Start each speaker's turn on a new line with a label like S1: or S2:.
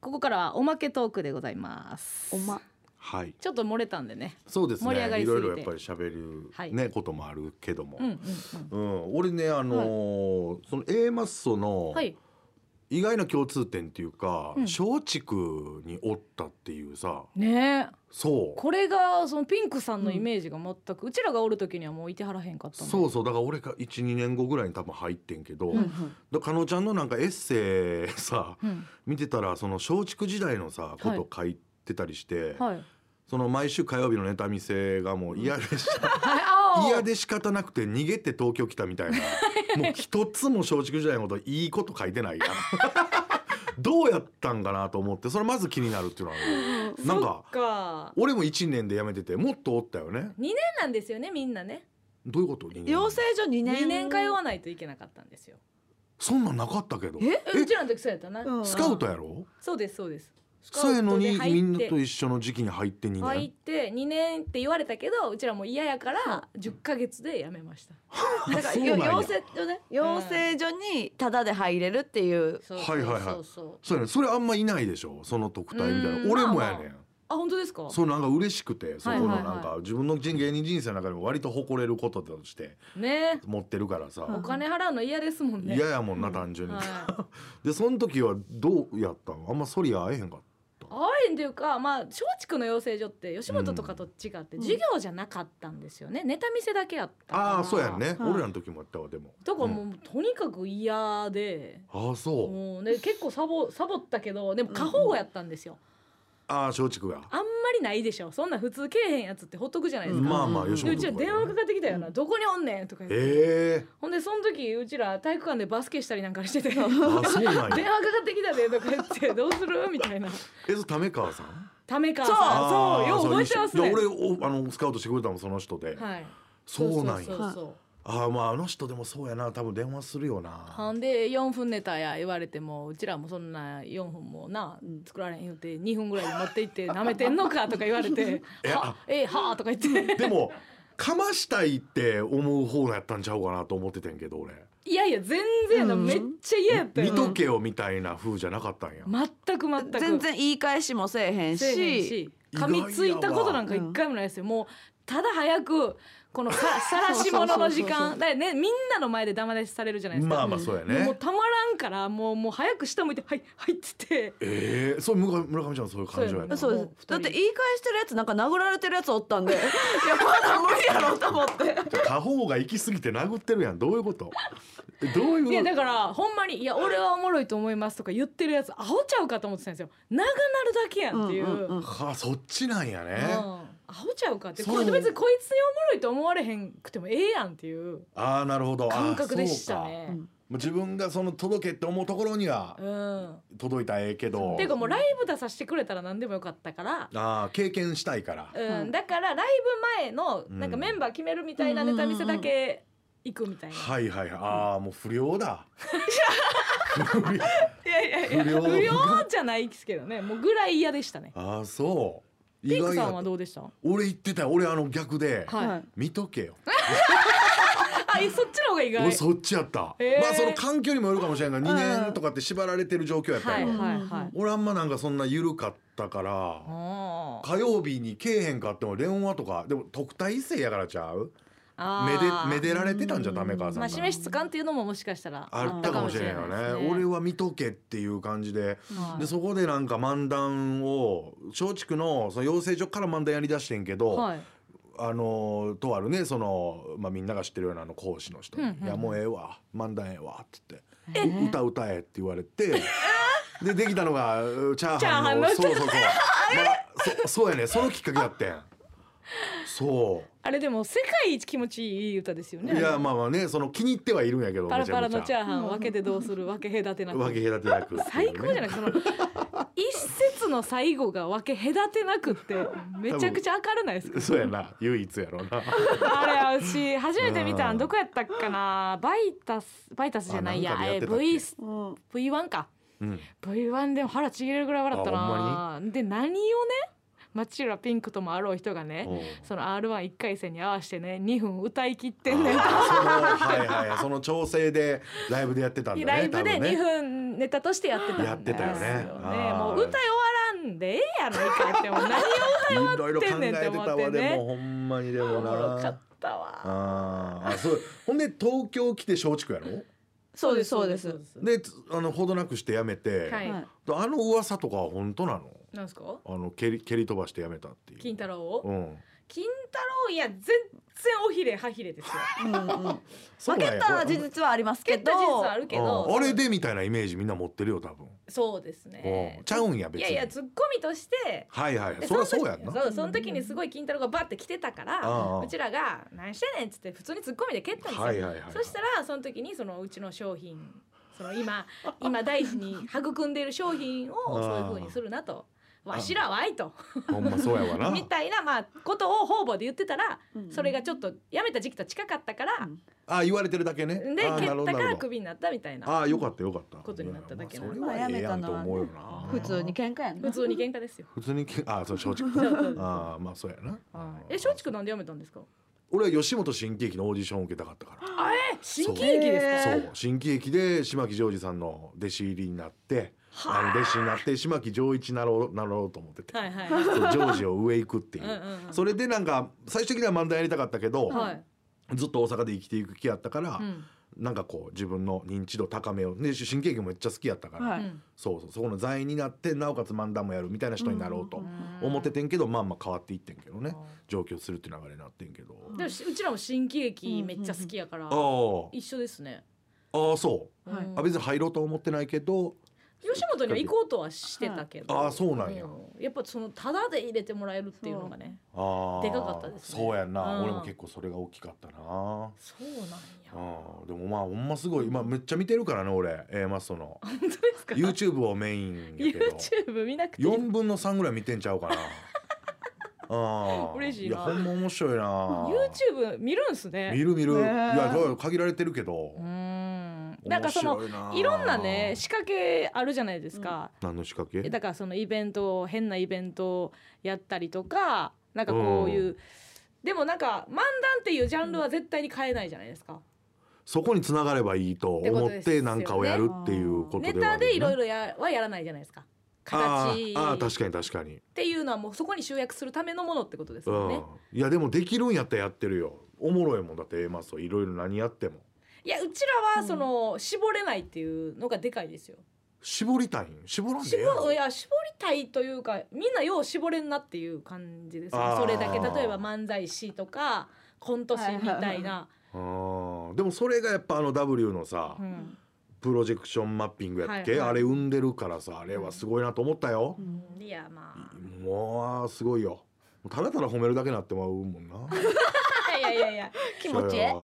S1: ここからはおまけトークでございます
S2: おま
S3: はい
S1: ちょっと漏れたんでね
S3: そうですね
S1: 盛り上がり
S3: い
S1: すぎ
S3: ろ
S1: て
S3: いろやっぱり喋る、
S1: はい
S3: ねこともあるけども、
S1: うんうんうん
S3: うん俺ねあのーその A マッソの
S1: はい
S3: 意外な共通点っていうか、
S1: うん
S3: 松竹におったっていうさ
S1: ねえ
S3: そう
S1: これがそのピンクさんのイメージが全く、うちらがおる時にはもういてはらへんかったんで
S3: そうそうだから俺が12年後ぐらいに多分入ってんけど、
S1: うん
S3: だから加納ちゃんのなんかエッセイ さ
S1: うん、
S3: 見てたらその松竹時代のさこと書いてたりして、
S1: はい
S3: その毎週火曜日のネタ見せがもう嫌でした
S1: はいあー
S3: 嫌で仕方なくて逃げて東京来たみた いなもう一つも松竹時代のこといいこと書いてないやん どうやったんかなと思ってそれまず気になるっていうのはあるなんか
S1: そっか
S3: 俺も1年で辞めててもっとおったよね
S1: なんですよねみんなね
S3: どういうこと人間
S2: 養成所二年
S1: 2年通わないといけなかったんですよ
S3: そんなんなかったけど
S2: え
S1: うちらの時そうやったな、
S2: うん
S3: スカウトやろ
S1: そうですそうですスカ
S3: そうや
S1: ウ
S3: の
S1: トで
S3: に
S1: 入って
S3: みんなと一緒の時期に入って2
S1: 入って
S3: 年
S1: 2年って言われたけどうちらも嫌やから10ヶ月で辞めました
S2: だから
S3: そうなんや
S2: 養成所ね養成所にタダで入れるっていう
S1: そう
S3: そうはいはいはいそう
S1: そう
S3: そうやねそれあんまいないでしょその特待みたい
S1: うん
S3: な俺もや
S1: まあ
S3: ねん
S1: あ本当ですか
S3: そうなんか嬉しくてそこのな
S1: は
S3: ん
S1: いはい
S3: か自分の人芸人人生の中でも割と誇れることとして
S1: ね
S3: 持ってるから
S1: お
S3: さ
S1: 金払うの嫌ですもんね
S3: 嫌やもん
S1: う
S3: な単純に
S1: はい
S3: でその時はどうやったんあんまソリア会えへんかっ
S1: あえんっていうかまあ松竹の養成所って吉本とかと違って
S2: うん
S1: 授業じゃなかったんですよねネタ見せだけやったか
S3: た
S1: ら
S3: ああーそうやんね
S2: はい
S3: 俺らの時もやったわでも
S1: だからも
S3: う
S1: うとにかく嫌で
S3: ああそう
S1: もうね結構サボサボったけどでも過保護やったんですよ
S3: ああ松竹が
S1: あんまりないでしょそんな普通けえへんやつってほっとくじゃないですか
S3: まあまあ
S2: うん
S3: 吉
S1: でう
S3: 本
S1: ちは
S3: とかね
S1: 電話かかってきたよな「どこにおんねん」とか言って
S3: ええ
S1: ほんでその時うちら体育館でバスケしたりなんか してて「電話
S3: あそうなん
S1: か
S3: や
S1: かってきた で」とか言って「どうする?」みたいな
S3: えず為川さん
S1: ためかさん
S3: あ
S1: そう
S3: ー
S1: よう覚えてますね
S3: いや俺おあのスカウトしてくれたもんその人で
S1: はい
S3: そうなん
S1: そ
S3: や
S1: うそうそう
S3: ああまああの人でもそうやな多分電話するよ
S1: ほ
S3: なん
S1: で4分ネタや言われてもうちらもそんな4分もな作られへん言うて2分ぐらいで持って行って「なめてんのか」とか言われて「
S3: え
S1: はええはあ」とか言って
S3: でもかましたいって思う方やったんちゃうかなと思っててんけど俺
S1: いやいや全然やな
S2: うん
S1: めっちゃ嫌やった
S3: 見
S1: よ
S3: とけよみたいな風じゃなかったんや
S1: 全く全く
S2: 全然言い返しもせえへん
S1: せえへん
S2: し
S1: し噛みついたことなんか一回もないですよ、もうただ早くこのさ晒し者の時
S2: そうそうそう
S1: 間
S2: そう
S1: だよねみんなの前でダメ出しされるじゃないですか、
S3: まあまあそうや
S1: もう
S3: ね
S1: たまらんからもうもう早く下向いて「はいはい」っつって
S3: ええそう村上村上ちゃんそういう感情やった
S1: そ
S2: そうう
S1: や
S2: で
S1: な
S2: すだって
S1: もう二人
S2: 言い返してるやつなんか殴られてるやつおったん でいやまだ無理やろと思って
S3: 過方が行き過ぎて殴ってるやんどういうことえどう
S1: い
S3: い
S1: や
S3: う
S1: だからほんまに「いや俺はおもろいと思います」とか言ってるやつアホちゃうかと思ってたんですよ長なるだけやんっていう。
S2: うんうんうん
S3: はあそっちなんや
S1: うん
S3: ね
S1: アホちゃうかって
S3: そう
S1: これ別にこいつにおもろいと思われへんくてもええやんっていう
S3: ああなるほどあー
S1: 感覚でした
S3: そうか
S1: ね。
S3: もう自分がその届けって思うところには
S1: うん、
S3: 届いたらええけど
S1: っていうかもうライブ出させてくれたら何でもよかったから、
S3: ああ経験したいから
S1: う、
S2: うんん
S1: だからライブ前のなんか
S3: うん
S1: メンバー決めるみたいなネタ見せだけ行くみたいな、
S3: はいはいはいああもう不良だ 不良
S1: いやいやいや
S3: 不良
S1: 不良じゃないですけどねもうぐらい嫌でしたね
S3: ああそう
S1: ピンクさん
S3: や
S1: は
S3: っ
S1: どうでした
S3: た俺言ってたよ俺あの逆で
S1: はい
S2: はい
S3: 見とけよ
S1: あえそっちの方が意外
S3: 俺そっちやった
S1: へー
S3: まあその環境にもよるかもしれんが
S2: う
S3: 2
S2: ん
S3: 年とかって縛られてる状況やった
S1: はい
S3: よ
S1: はいはい
S3: 俺あんまなんかそんな緩かったから
S1: あー
S3: 火曜日にけえへんかっても電話とかでも特待生やからちゃうめで
S1: あー
S3: めでられてたんじゃダメかさん
S1: まあ
S3: が
S1: 示しつかんっていうのももしかしたら
S3: あったかもしれんよ
S1: あったかもしれないです
S3: ね
S1: ね
S3: 俺は見とけっていう感じで
S1: はい
S3: でそこでなんか漫談を松竹のその養成所から漫談やりだしてんけど、
S1: はい
S3: あのとあるねその、まあ、みんなが知ってるようなあの講師の人に
S1: うんうんうん
S3: いやもうええわ漫談ええわ」って
S2: え
S3: 言ってう「歌歌え」って言わ れてでできたのがうチャーハンの
S1: チャーハンの
S3: そうそうそう、まあそそうやねそのきっかけやってんそ
S1: あれでも世界一気持ちいい歌ですよ
S3: う
S1: ね
S3: いやまあまあねその気に入ってはいるんやけど
S1: パラパラのチャ
S3: ー
S1: ーハン分けてどうする分け隔てなく
S3: 分け隔てなくっていうね、
S1: 最高じゃないその一節の最後が分け隔てなくってめちゃくちゃ明るないですか
S3: そうやな唯一やろ な
S1: あれ私初めて見た
S3: うんん
S1: どこやったっかなバイタスバイタスじゃないや
S3: あなんかでや
S1: え
S3: ってたっけ
S1: V ス
S2: うん
S1: V1 か
S3: うん
S1: V1 でも腹ちぎれるぐらい笑った
S3: あ
S1: なで何をね町浦ピンクともあろう人がね
S3: おう
S1: その r 1一回戦に合わせてね2分歌い切ってんねん
S3: あーそのはいはいその調整でライブでやってたんだね
S1: ライブで
S3: 多
S1: 2
S3: 分ね
S1: 分ネタとしてやってたんです
S3: やってたよねあー
S1: もう歌終わらんでええやろ一回ってもう何を
S3: いろいろ考えてた
S1: ってんねんって思
S3: わ
S1: って
S3: で
S1: ね
S3: もほんまにで
S1: お
S3: も
S1: もろか
S3: な
S1: ったわ。
S3: あーあそう ほんで東京来て松竹やろ
S2: そうですそうです。
S3: でつあのほどなくして辞めて、
S1: はい
S2: はい
S3: あの噂とかは本当なの
S1: なんですか？
S3: あの蹴り蹴り飛ばして辞めたっていう
S1: 金太郎を？
S3: うん
S1: 金太郎いや全然おひれはひれですよ。
S2: うんうん
S3: そう
S2: 負
S3: なんや
S2: けた事実はありますけ
S1: 蹴っ
S2: ど
S1: た事実はあるけど、
S3: うんあれでみたいなイメージみんな持ってるよ多分、
S1: そうです
S3: う
S1: ね
S3: ん。ちゃうんや
S1: い
S3: 別
S1: や
S3: に
S1: いやツッコミとして。
S3: はいはい
S1: で
S3: そりゃそうやん
S1: の
S3: な
S1: 時そうその時にすごい金太郎がバって来てたから、
S3: ああ
S1: うちらが何してんねんっつって普通にツッコミで蹴ったんですよ。
S3: はいはいはい
S1: そしたらその時にそのうちの商品その今 今大事に育んでいる商品を
S3: ああ
S1: そういう風にするなと。わしらはいと
S3: ほんまそうやわ な
S1: みたいなまあことを方々で言ってたら
S2: うんうん
S1: それがちょっとやめた時期と近かったから
S3: あ言われてるだけね
S1: で
S3: あー
S1: 蹴
S3: なる
S1: っ
S3: ほど
S1: たか
S3: なる
S1: ら
S3: ほど
S1: クビになったみたいな
S3: ああよかったよかった
S1: ことになっただけな
S3: それはええやんと思うよな
S2: 普通に喧嘩やんな
S1: 普通に喧嘩ですよ。
S3: 普通にけああそう 松
S1: そう
S3: 竹
S1: そうです
S3: ああまあそうやな
S1: はいえ松竹なんで辞めたんですか？
S3: 俺は吉本新喜劇のオーディションを受けたかったから
S1: 新
S3: 喜
S1: 喜
S2: 劇
S1: 劇
S2: で
S1: ですす
S2: か
S1: か？
S3: そう新喜劇で島木ジョージさんの弟子入りになってあの弟子になって島木丈一なろうなろうと思ってて
S1: はいはい。
S3: そうジョージを上行くってい
S1: うん
S3: う。
S1: うんうん
S3: それでなんか最終的には漫才やりたかったけど、
S1: はい。
S3: ずっと大阪で生きていく気やったから、
S1: うん
S3: なんかこう自分の認知度高めをで新喜劇もめっちゃ好きやったから、
S2: は
S1: う
S2: い
S1: ん
S3: そうそうそこの在員になってなおかつ漫談もやるみたいな人になろうと思っててんけど、まあまあ変わっていってんけどね上京するって流れになってんけど、
S1: でもしうちらも新喜劇めっちゃ好きやから
S3: あー
S1: 一緒ですね。
S3: あーそう
S2: はい
S1: うん
S3: あ別に入ろうとは思ってないけど
S1: 吉本には行こうとはしてたけど。
S3: ああそうなんや、
S1: うんやっぱそのタダで入れてもらえるっていうのがね。
S3: あー
S1: でかかったですね
S3: そうやんな、
S1: うん
S3: 俺も結構それが大きかったな
S1: そうなんや。
S3: うんでもまあほんますごい今めっちゃ見てるからね俺 A マスト の
S1: 本当ですか
S3: YouTube をメインやけど
S1: YouTube 見なくていい
S3: 4分の3ぐらい見てんちゃ うかなあー
S1: 嬉しい
S3: や
S1: な
S3: ほんま面白いな
S1: YouTube 見るんすね
S3: 見る見る、
S2: ねえ
S3: いやそうよ限られてるけど
S1: うーんなん
S3: 面
S1: かその
S3: 白いない
S1: ろんなね仕掛けあるじゃないですか、
S3: 何の仕掛け
S1: だからそのイベントを変なイベントをやったりとかなんかこういう、でもなんか漫談っていうジャンルは絶対に変えないじゃないですか、
S3: そこに繋がればいいと思っ
S1: ってことです
S3: て
S1: よね
S3: なんかをやるっていうことでは
S1: ネタでいろい
S3: ろ
S1: ろやはやらないじゃないですか
S3: あ
S1: 形
S3: ーあー
S1: っ
S3: 確かに確かに
S1: ていうのはもうそこに集約するためのものってことですよね、
S3: うん、いやでもできるんやったらやってるよおもろいもんだって A マストいろいろ何やっても
S1: いやうちらはその絞れないっていうのがでかいですよ
S3: 絞りたいん絞らんでええやろ
S1: 絞いや絞りたいというかみんなよう絞れんなっていう感じですよ
S3: あー
S1: それだけ例えば漫才師とかコント師みたいな、
S3: あーでもそれがやっぱあの W のさ、
S1: うん
S3: プロジェクションマッピングやっけ、
S1: はいはい
S3: あれ生んでるからさあれはすごいなと思ったよ、
S1: いやまあ
S3: も うすごいよただただ褒めるだけなってまうもんな
S1: いやいやいや
S2: 気持ちええ